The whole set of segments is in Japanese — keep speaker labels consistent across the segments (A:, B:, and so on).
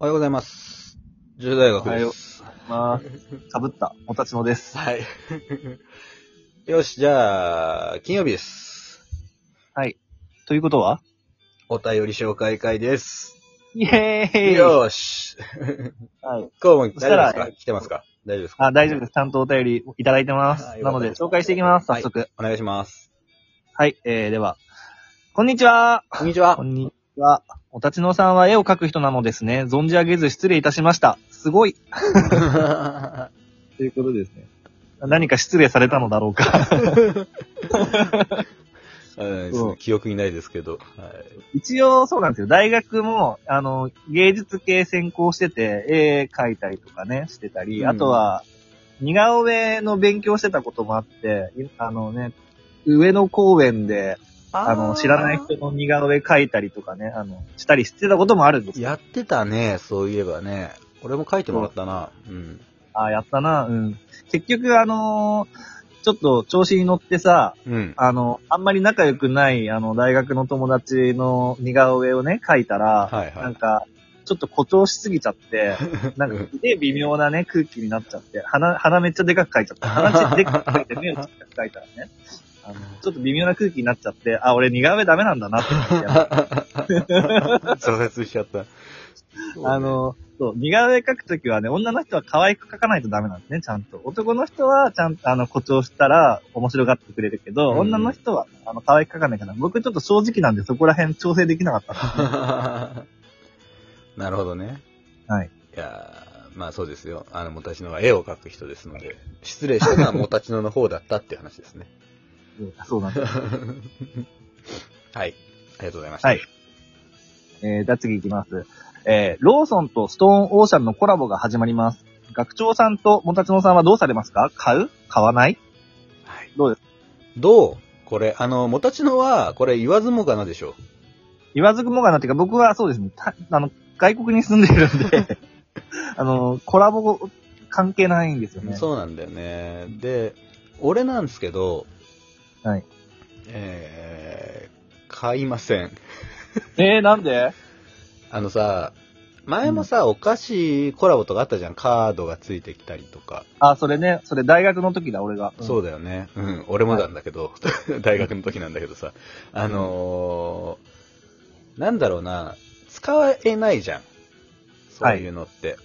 A: おはようございます。重大学です。
B: まあ、かぶった、おたちのです。
A: はい。 よし、じゃあ、金曜日です。
B: ということは
A: お便り紹介会です。
B: イェーイ
A: よーし。
B: はい。
A: 今日も大
B: そし
A: 丈夫で
B: たら
A: すか来てますか大丈夫ですか
B: あ、大丈夫です。ちゃんとお便りいただいてます
A: はい。
B: なので、紹介していきます、
A: は
B: 早
A: い
B: 速。はい、
A: お願いします。
B: えー、では。こんにちは
A: こんにちは
B: こ。んにちは。おたちのさんは絵を描く人なのですね。存じ上げず失礼いたしました。すごい。ということですね。何か失礼されたのだろうか。
A: はいその記憶にないですけど。はい
B: 一応、そうなんですよ。大学も、あの、芸術系専攻してて、絵描いたりとかね、してたり、
A: うん
B: あとは、似顔絵の勉強してたこともあって、いあのね、上野公園で、あの、知らない人の似顔絵描いたりとかね、あの、したりしてたこともあるんですよ。
A: やってたね、そういえばね。俺も書いてもらったな。うん。
B: ああ、やったな、うん。結局、あのーちょっと調子に乗ってさ、
A: うん。
B: あの、あんまり仲良くない、あの、大学の友達の似顔絵をね、描いたら、
A: はい
B: な
A: は
B: ん
A: い。
B: か、ちょっと誇張しすぎち ゃって、なん
A: う
B: か
A: ん、
B: で、微妙なね、空気になっちゃって、鼻、鼻めっちゃでかく描いち ゃった。鼻めっちゃでかく描いて、目をちっちゃく描いたらね、あの、ちょっと微妙な空気になっちゃって、あ、俺似顔絵ダメなんだなって思って
A: 挫折しちゃった。
B: あの、そう、似顔絵描くときはね、女の人は可愛く描かないとダメなんですね、ちゃんと。男の人は、ちゃんと、あの、誇張したら面白がってくれるけど、
A: うん
B: 女の人は、あの、可愛く描かないから、僕ちょっと正直なんで、そこら辺調整できなかった。
A: なるほどね。
B: はい。
A: いやーまあそうですよ。あの、もたちのは絵を描く人ですので、失礼したの はもたちのの方だったっていう話ですね。
B: そうなんです。
A: はい。ありがとうございました。
B: はいえー、じゃあ次行きます。えー、ローソンとストーンオーシャンのコラボが始まります。学長さんともたちのさんはどうされますか買う買わない
A: はい
B: どうです
A: どうこれ、あの、もたちのは、これ言わずもがなでしょ
B: 言わずもがなっていうか、僕はそうですね、たあの、外国に住んでるん で、あの、コラボ関係ないんですよね。
A: そうなんだよね。で、俺なんですけど、
B: はい。
A: えー、買いません。
B: えー、なんで
A: あのさ、前もさ、お菓子コラボとかあったじゃん。カードがついてきたりとか。
B: あ、それね、それ大学の時だ、俺が。
A: そう
B: だ。
A: だよね。うん。俺もなんだけど、大学の時なんだけどさ。あのー、なんだろうな、使えないじゃん。そういうのって。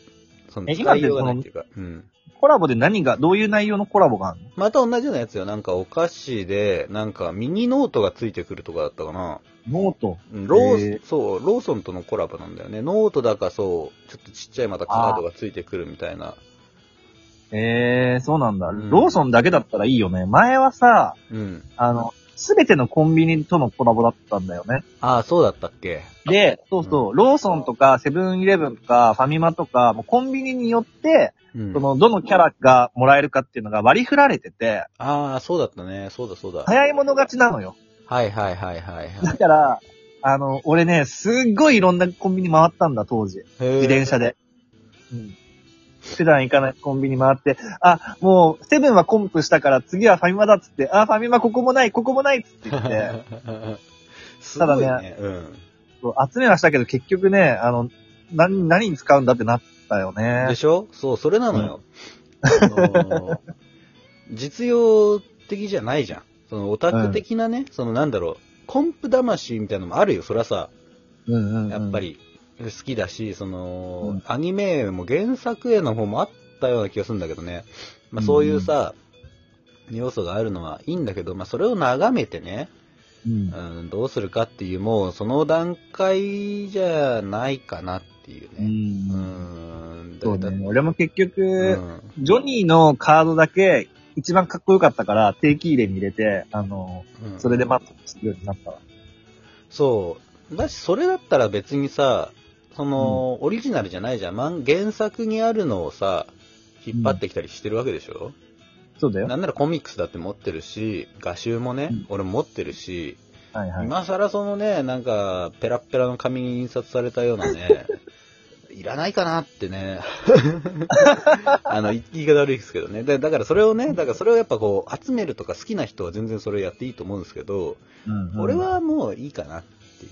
A: その
B: え
A: 使いようがないっていうか。うん。
B: コラボで何が、どういう内容のコラボがあるの
A: また同じようなやつよ。なんかお菓子で、なんかミニノートがついてくるとかだったかな。
B: ノート。
A: うんロー、
B: へ
A: そう、ローソンとのコラボなんだよね。ノートだかそう、ちょっとちっちゃいまたカードがついてくるみたいな。
B: えー、そうなんだ。
A: うん
B: ローソンだけだったらいいよね。前はさ、
A: うん。
B: あの、すべてのコンビニとのコラボだったんだよね。
A: ああ、そうだったっけ。
B: で、そうそう、ローソンとか、セブンイレブンとか、ファミマとか、もうコンビニによって、
A: うん
B: そ。の、どのキャラがもらえるかっていうのが割り振られてて、
A: ああ、そうだったね。そうだそうだ。
B: 早い者勝ちなのよ。
A: はいはいはいはいは
B: だから、あの、俺ね、すっごいいろんなコンビニ回ったんだ、当時。
A: い。自
B: 自転 車。で。うん。普段行かないコンビニ回って、あ、もう、セブンはコンプしたから次はファミマだっつって、あ、ファミマここもない、ここもないっつって 言って、
A: すごい
B: ただ
A: ね。うん。
B: そう集めはしたけど結局ね、あの、何、何に使うんだってなったよね。
A: でしょそう、それなのよ。あのー実用的じゃないじゃん。そのオタク的なね、そのなんだろう、コンプ魂みたいなのもあるよ。そりゃさ、
B: うんうんうん
A: やっぱ。り好きだし、その、
B: うん
A: アニメも原作絵の方もあったような気がするんだけどね。まあそういうさ、要素があるのはいいんだけど、まあそれを眺めてね、
B: うん
A: うん、どうするかっていう、もうその段階じゃないかなっていうね。う
B: うん。
A: ん。
B: そう
A: だ
B: ね。俺も結
A: う
B: 局、
A: ん
B: ジョニーのカードだけ、一番かっこよかったから、定期入れに入れて、あの、
A: うん
B: それでマットするようになったわ。
A: そう。だし、それだったら別にさ、その、オリジナルじゃないじゃん。漫原作にあるのをさ、引っ張ってきたりしてるわけでしょ、
B: そうだよ。
A: なんならコミックスだって持ってるし、画集もね、
B: うん
A: 俺持ってるし、
B: はいはい。
A: 今更そのね、なんか、ペラッペラの紙に印刷されたような ね、いらないかなってね、あの、言い方悪いですけどね。でだからそれをね、だからそれをやっぱこう、集めるとか好きな人は全然それやっていいと思うんですけど、
B: うんうん
A: 俺はもういいかなっていう。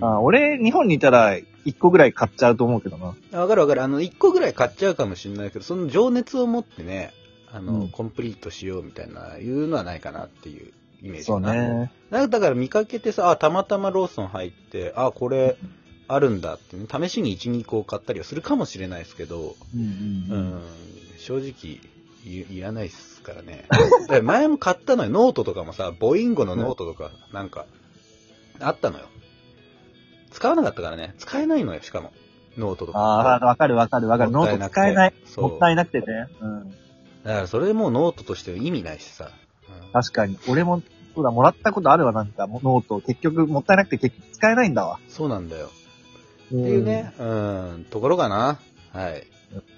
B: あ俺、日本にいたら、一個ぐらい買っちゃうと思うけどな。
A: わかるわかる。あの、一個ぐらい買っちゃうかもしれないけど、その情熱を持ってね、あの、
B: うん
A: コンプリートしようみたいな、いうのはないかなっていうイメージ
B: そう
A: かな。
B: ね。
A: なんかだから見かけてさ、あ、たまたまローソン入って、あ、これ、あるんだってね、試しに1、2個買ったりはするかもしれないですけど、
B: うん
A: う
B: うんうん。
A: ん、正直、いいらないっすからね。だから前も買ったのよ、ノートとかもさ、ボインゴのノートとか、なんか、あったのよ。使わなかったからね、使えないのよ、しかも。ノートとか。
B: ああ、わかるわかるわかる。
A: も
B: ノ
A: った
B: ー
A: い
B: ト
A: なくて
B: 使えない。
A: そう
B: もったいなくてね。うん。
A: だからそれでもうノートとして意味ないしさ。うん
B: 確かに。俺も、そうだ、もらったことあるわ、なんか、ノート。結局、もったいなくて結局使えないんだわ。
A: そうなんだよ。
B: って
A: っていう。ね、うん、ところかな。はい。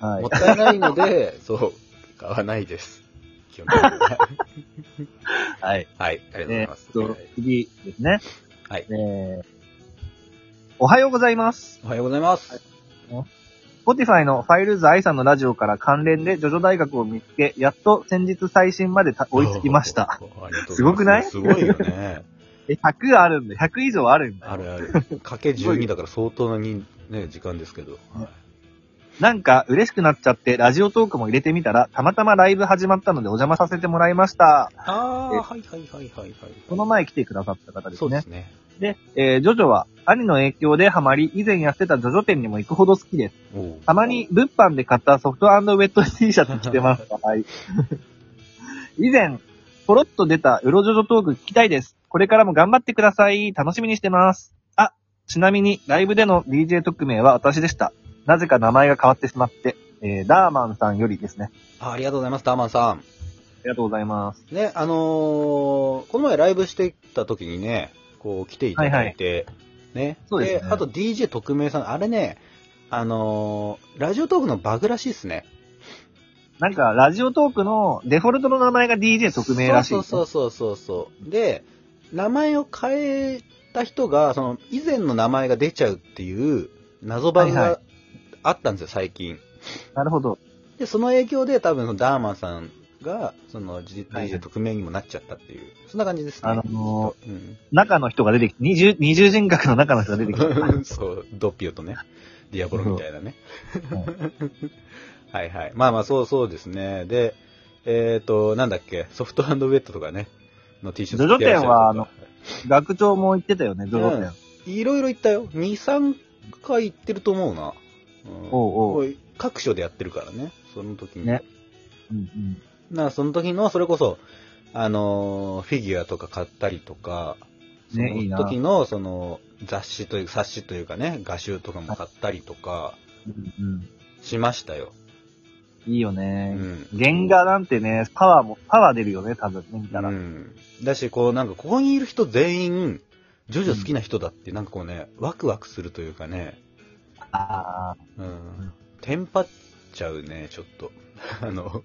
B: はい
A: もっ。たいないので、 そう、買わないです。基本的には
B: はい。
A: はい、ありがとうござ
B: え
A: い
B: ー
A: ま
B: っ
A: す。
B: と、次ですね。
A: はい
B: えーおはようございます。
A: おはようございます。
B: Spotify のファイルズ愛さんのラジオから関連でジョジョ大学を見つけ、やっと先日最新までた追いつきました。
A: おー。ありがとうござます
B: ごくない
A: すごいよね。
B: え、100あるんだ。100以上あるんだ。
A: あるある。かけ12だから相当なに、ね、時間ですけど。はい
B: なんか嬉しくなっちゃって、ラジオトークも入れてみたら、たまたまライブ始まったのでお邪魔させてもらいました。
A: あ
B: え
A: ー、はいはいはいはいはい。
B: この前来てくださった方です
A: そう
B: ね
A: で。すね。
B: でえージョジョは兄の影響でハマり、以前やってたジョジョ店にも行くほど好きです。
A: おう
B: たまに物販で買ったソフトウェット T シャツ着てます。はい。以前、ポロッと出たウロジョジョトーク聞きたいです。これからも頑張ってください。楽しみにしてます。あ、ちなみにライブでの DJ 特命は私でした。なぜか名前が変わってしまって、えー、ダーマンさんよりですね。
A: あありがとうございます、ダーマンさん。
B: ありがとうございます。
A: ね、あのーこの前ライブしてた時にね、こう来ていただいて、ね。
B: そうですね
A: あと DJ 特命さん、あれね、あのーラジオトークのバグらしいっすね。
B: なんか、ラジオトークのデフォルトの名前が DJ 特命らしい、
A: そうそううそうそうそう。で、名前を変えた人が、その、以前の名前が出ちゃうっていう謎版
B: はいは
A: があったんですよ、最近。
B: そう。なるほど。
A: で、その影響で多分そのダーマンさんが、その、じ
B: はい
A: DJ 特命にもなっちゃったっていう、そんな感じですね。
B: あの
A: きっとうん
B: 中の人が出てきて、二重、二重人格の中の人が出てきて。
A: そう、ドピオとね、ディアボロみたいなね。はいはい。まあまあ、そうそうですね。で、えっ、と、なんだっけ、ソフトウェットとかね、の T シャツ
B: ジョジョ店
A: 着
B: は
A: てらっしゃる方
B: 学長も言ってたよね、ジョジョ店。
A: いろいろ行ったよ。2、3回行ってると思うな。うん
B: おうおう
A: これ各所でやってるからね、その時に。
B: ねうんうん。
A: なその時の、それこそ、あのーフィギュアとか買ったりとか、そ
B: ねいいな
A: の時の、その、雑誌という、冊子というかね、画集とかも買ったりとか、
B: うん
A: しましたよ。
B: いいよ
A: う
B: ね。
A: ん。
B: 原画なんてね、パワーも、パワー出るよね、多分ね、見た
A: だ
B: ら。
A: うん、だし、こう、なんか、ここにいる人全員、ジョジョ好きな人だって、なんかこうね、ワクワクするというかね、
B: ああ、
A: うん。テンパっちゃうね、ちょっと。 あの、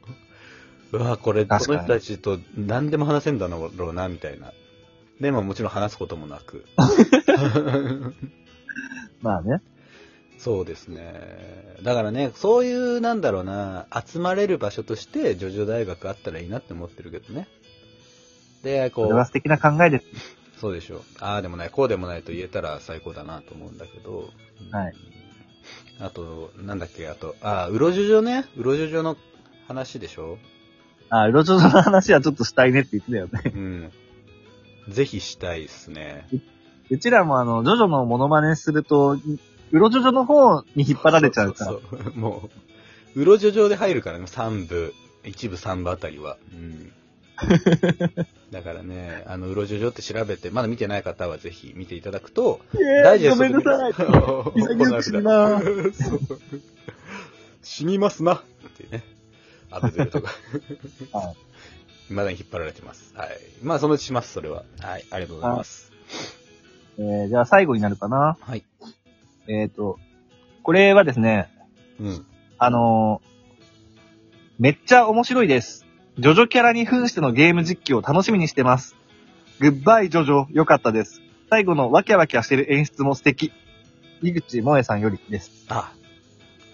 A: うわ、これ、こ
B: 確かに
A: の人たちと何でも話せんだろうな、みたいな。でももちろん話すこともな く。
B: まあね。
A: そうですね。だからね、そういう、なんだろうな、集まれる場所として、ジョジョ大学あったらいいなって思ってるけどね。で、こ
B: これは
A: う、
B: 素敵な考えです。
A: そうでしょう。ああでもない、こうでもないと言えたら最高だなと思うんだけど。
B: はい。
A: あと、なんだっけ、あと、あー、うろじょじょね。うろじょじょの話でし ょ
B: ああ、うろちょの話はちょっとしたいねって言ってたよね。
A: うん。ぜひしたいですね。
B: うちらもあの、ジョジョのモノマネすると、うろちょちょの方に引っ張られちゃうから。
A: そうそうそうもう、うろじょ上で入るからね、3部、一部3部あたりは。 うん。だからね、あの、うろじょじょって調べて、まだ見てない方はぜひ見ていただくと、
B: えー、ご め
A: で
B: んなさい。潔く死ぬな
A: 死にますなっていうね。あと でとか。
B: は
A: 未だに引っ張られてます。はい。まあ、そのうちします、それは。はい。ありがとうございます。
B: えー、じゃあ最後になるかな。
A: はい。
B: えっ、ー、と、これはですね、
A: うん。
B: あのーめっちゃ面白いです。ジョジョキャラに扮してのゲーム実況を楽しみにしてます。グッバイジョジョ、良かったです。最後のワキャワキャしてる演出も素敵。井口萌さんよりです。
A: あ、あ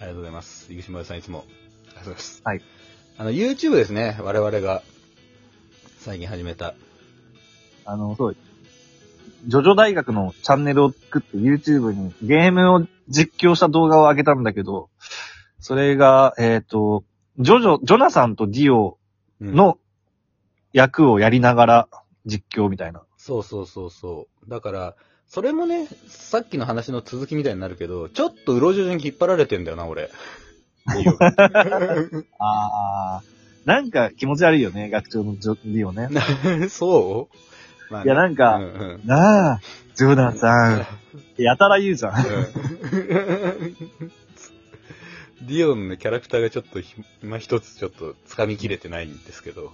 A: りがとうございます。井口丸さん、いつも。ありがとうございます。
B: はい。
A: あの、YouTube ですね。我々が、最近始めた。
B: あの、そう、ジョジョ大学のチャンネルを作って YouTube にゲームを実況した動画を上げたんだけど、それが、えっ、と、ジョジョ、ジョナサンとディオ
A: うん、
B: の役をやりながら実況みたいな。
A: そうそうそうそう。だから、それもね、さっきの話の続きみたいになるけど、ちょっとうろじょに引っ張られてんだよな、俺。いいよ
B: ああ。なんか気持ち悪いよね、学長のジョディオね。
A: そう、まあ
B: いや、なんか、
A: うんうん
B: なあ、ジョナサンってやたら言うじゃん。
A: ディオンのキャラクターがちょっとひ、今一つちょっと掴みきれてないんですけど、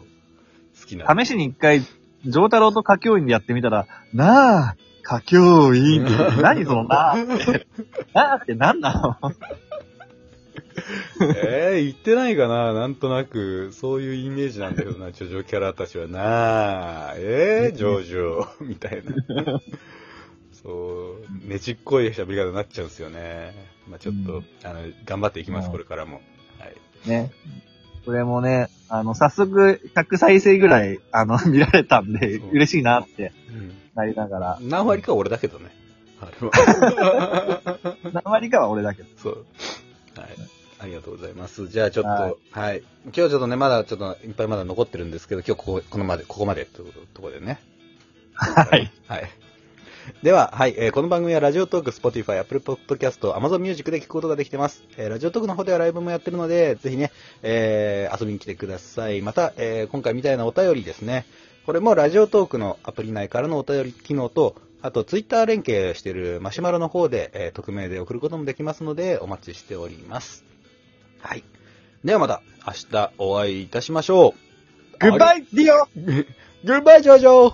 A: 好きな。
B: 試しに一回、上太郎と歌教員でやってみたら、なあ、歌教員って、何そのなあって、なあって何なの
A: えー、言ってないかななんとなく、そういうイメージなんだけどな、ジョジョキャラたちはなあ、えー、ジョジョ、みたいな。そう、ねちっこい喋り方になっちゃうんですよね。まあちょっと、
B: うん
A: あの、頑張っていきま
B: う
A: す、
B: ん
A: これからも。はい。
B: ね。これもね、あの、早速、100再生ぐらい、あの、見られたんで、
A: そう
B: 嬉しいなって
A: うん
B: なりな がら、
A: 何割かは俺だけどね。あれ は。
B: 何割かは俺だけど。
A: そう。はい。ありがとうございます。じゃあちょっと、は
B: はい
A: い。今日ちょっとね、まだちょっといっぱいまだ残ってるんですけど、今日ここ、このまで、ここまでというところでね。
B: はい。
A: はい。では、はい、えーこの番組はラジオトーク、Spotify、Apple Podcast、Amazon Music で聞くことができてます。えーラジオトークの方ではライブもやってるので、ぜひね、えー遊びに来てください。また、えー今回みたいなお便りですね。これもラジオトークのアプリ内からのお便り機能と、あと、ツイッター連携してるマシュマロの方で、えー匿名で送ることもできますので、お待ちしております。はい。ではまた、明日お会いいたしましょう。
B: グッバイディオ
A: グッバイ、ジョジョ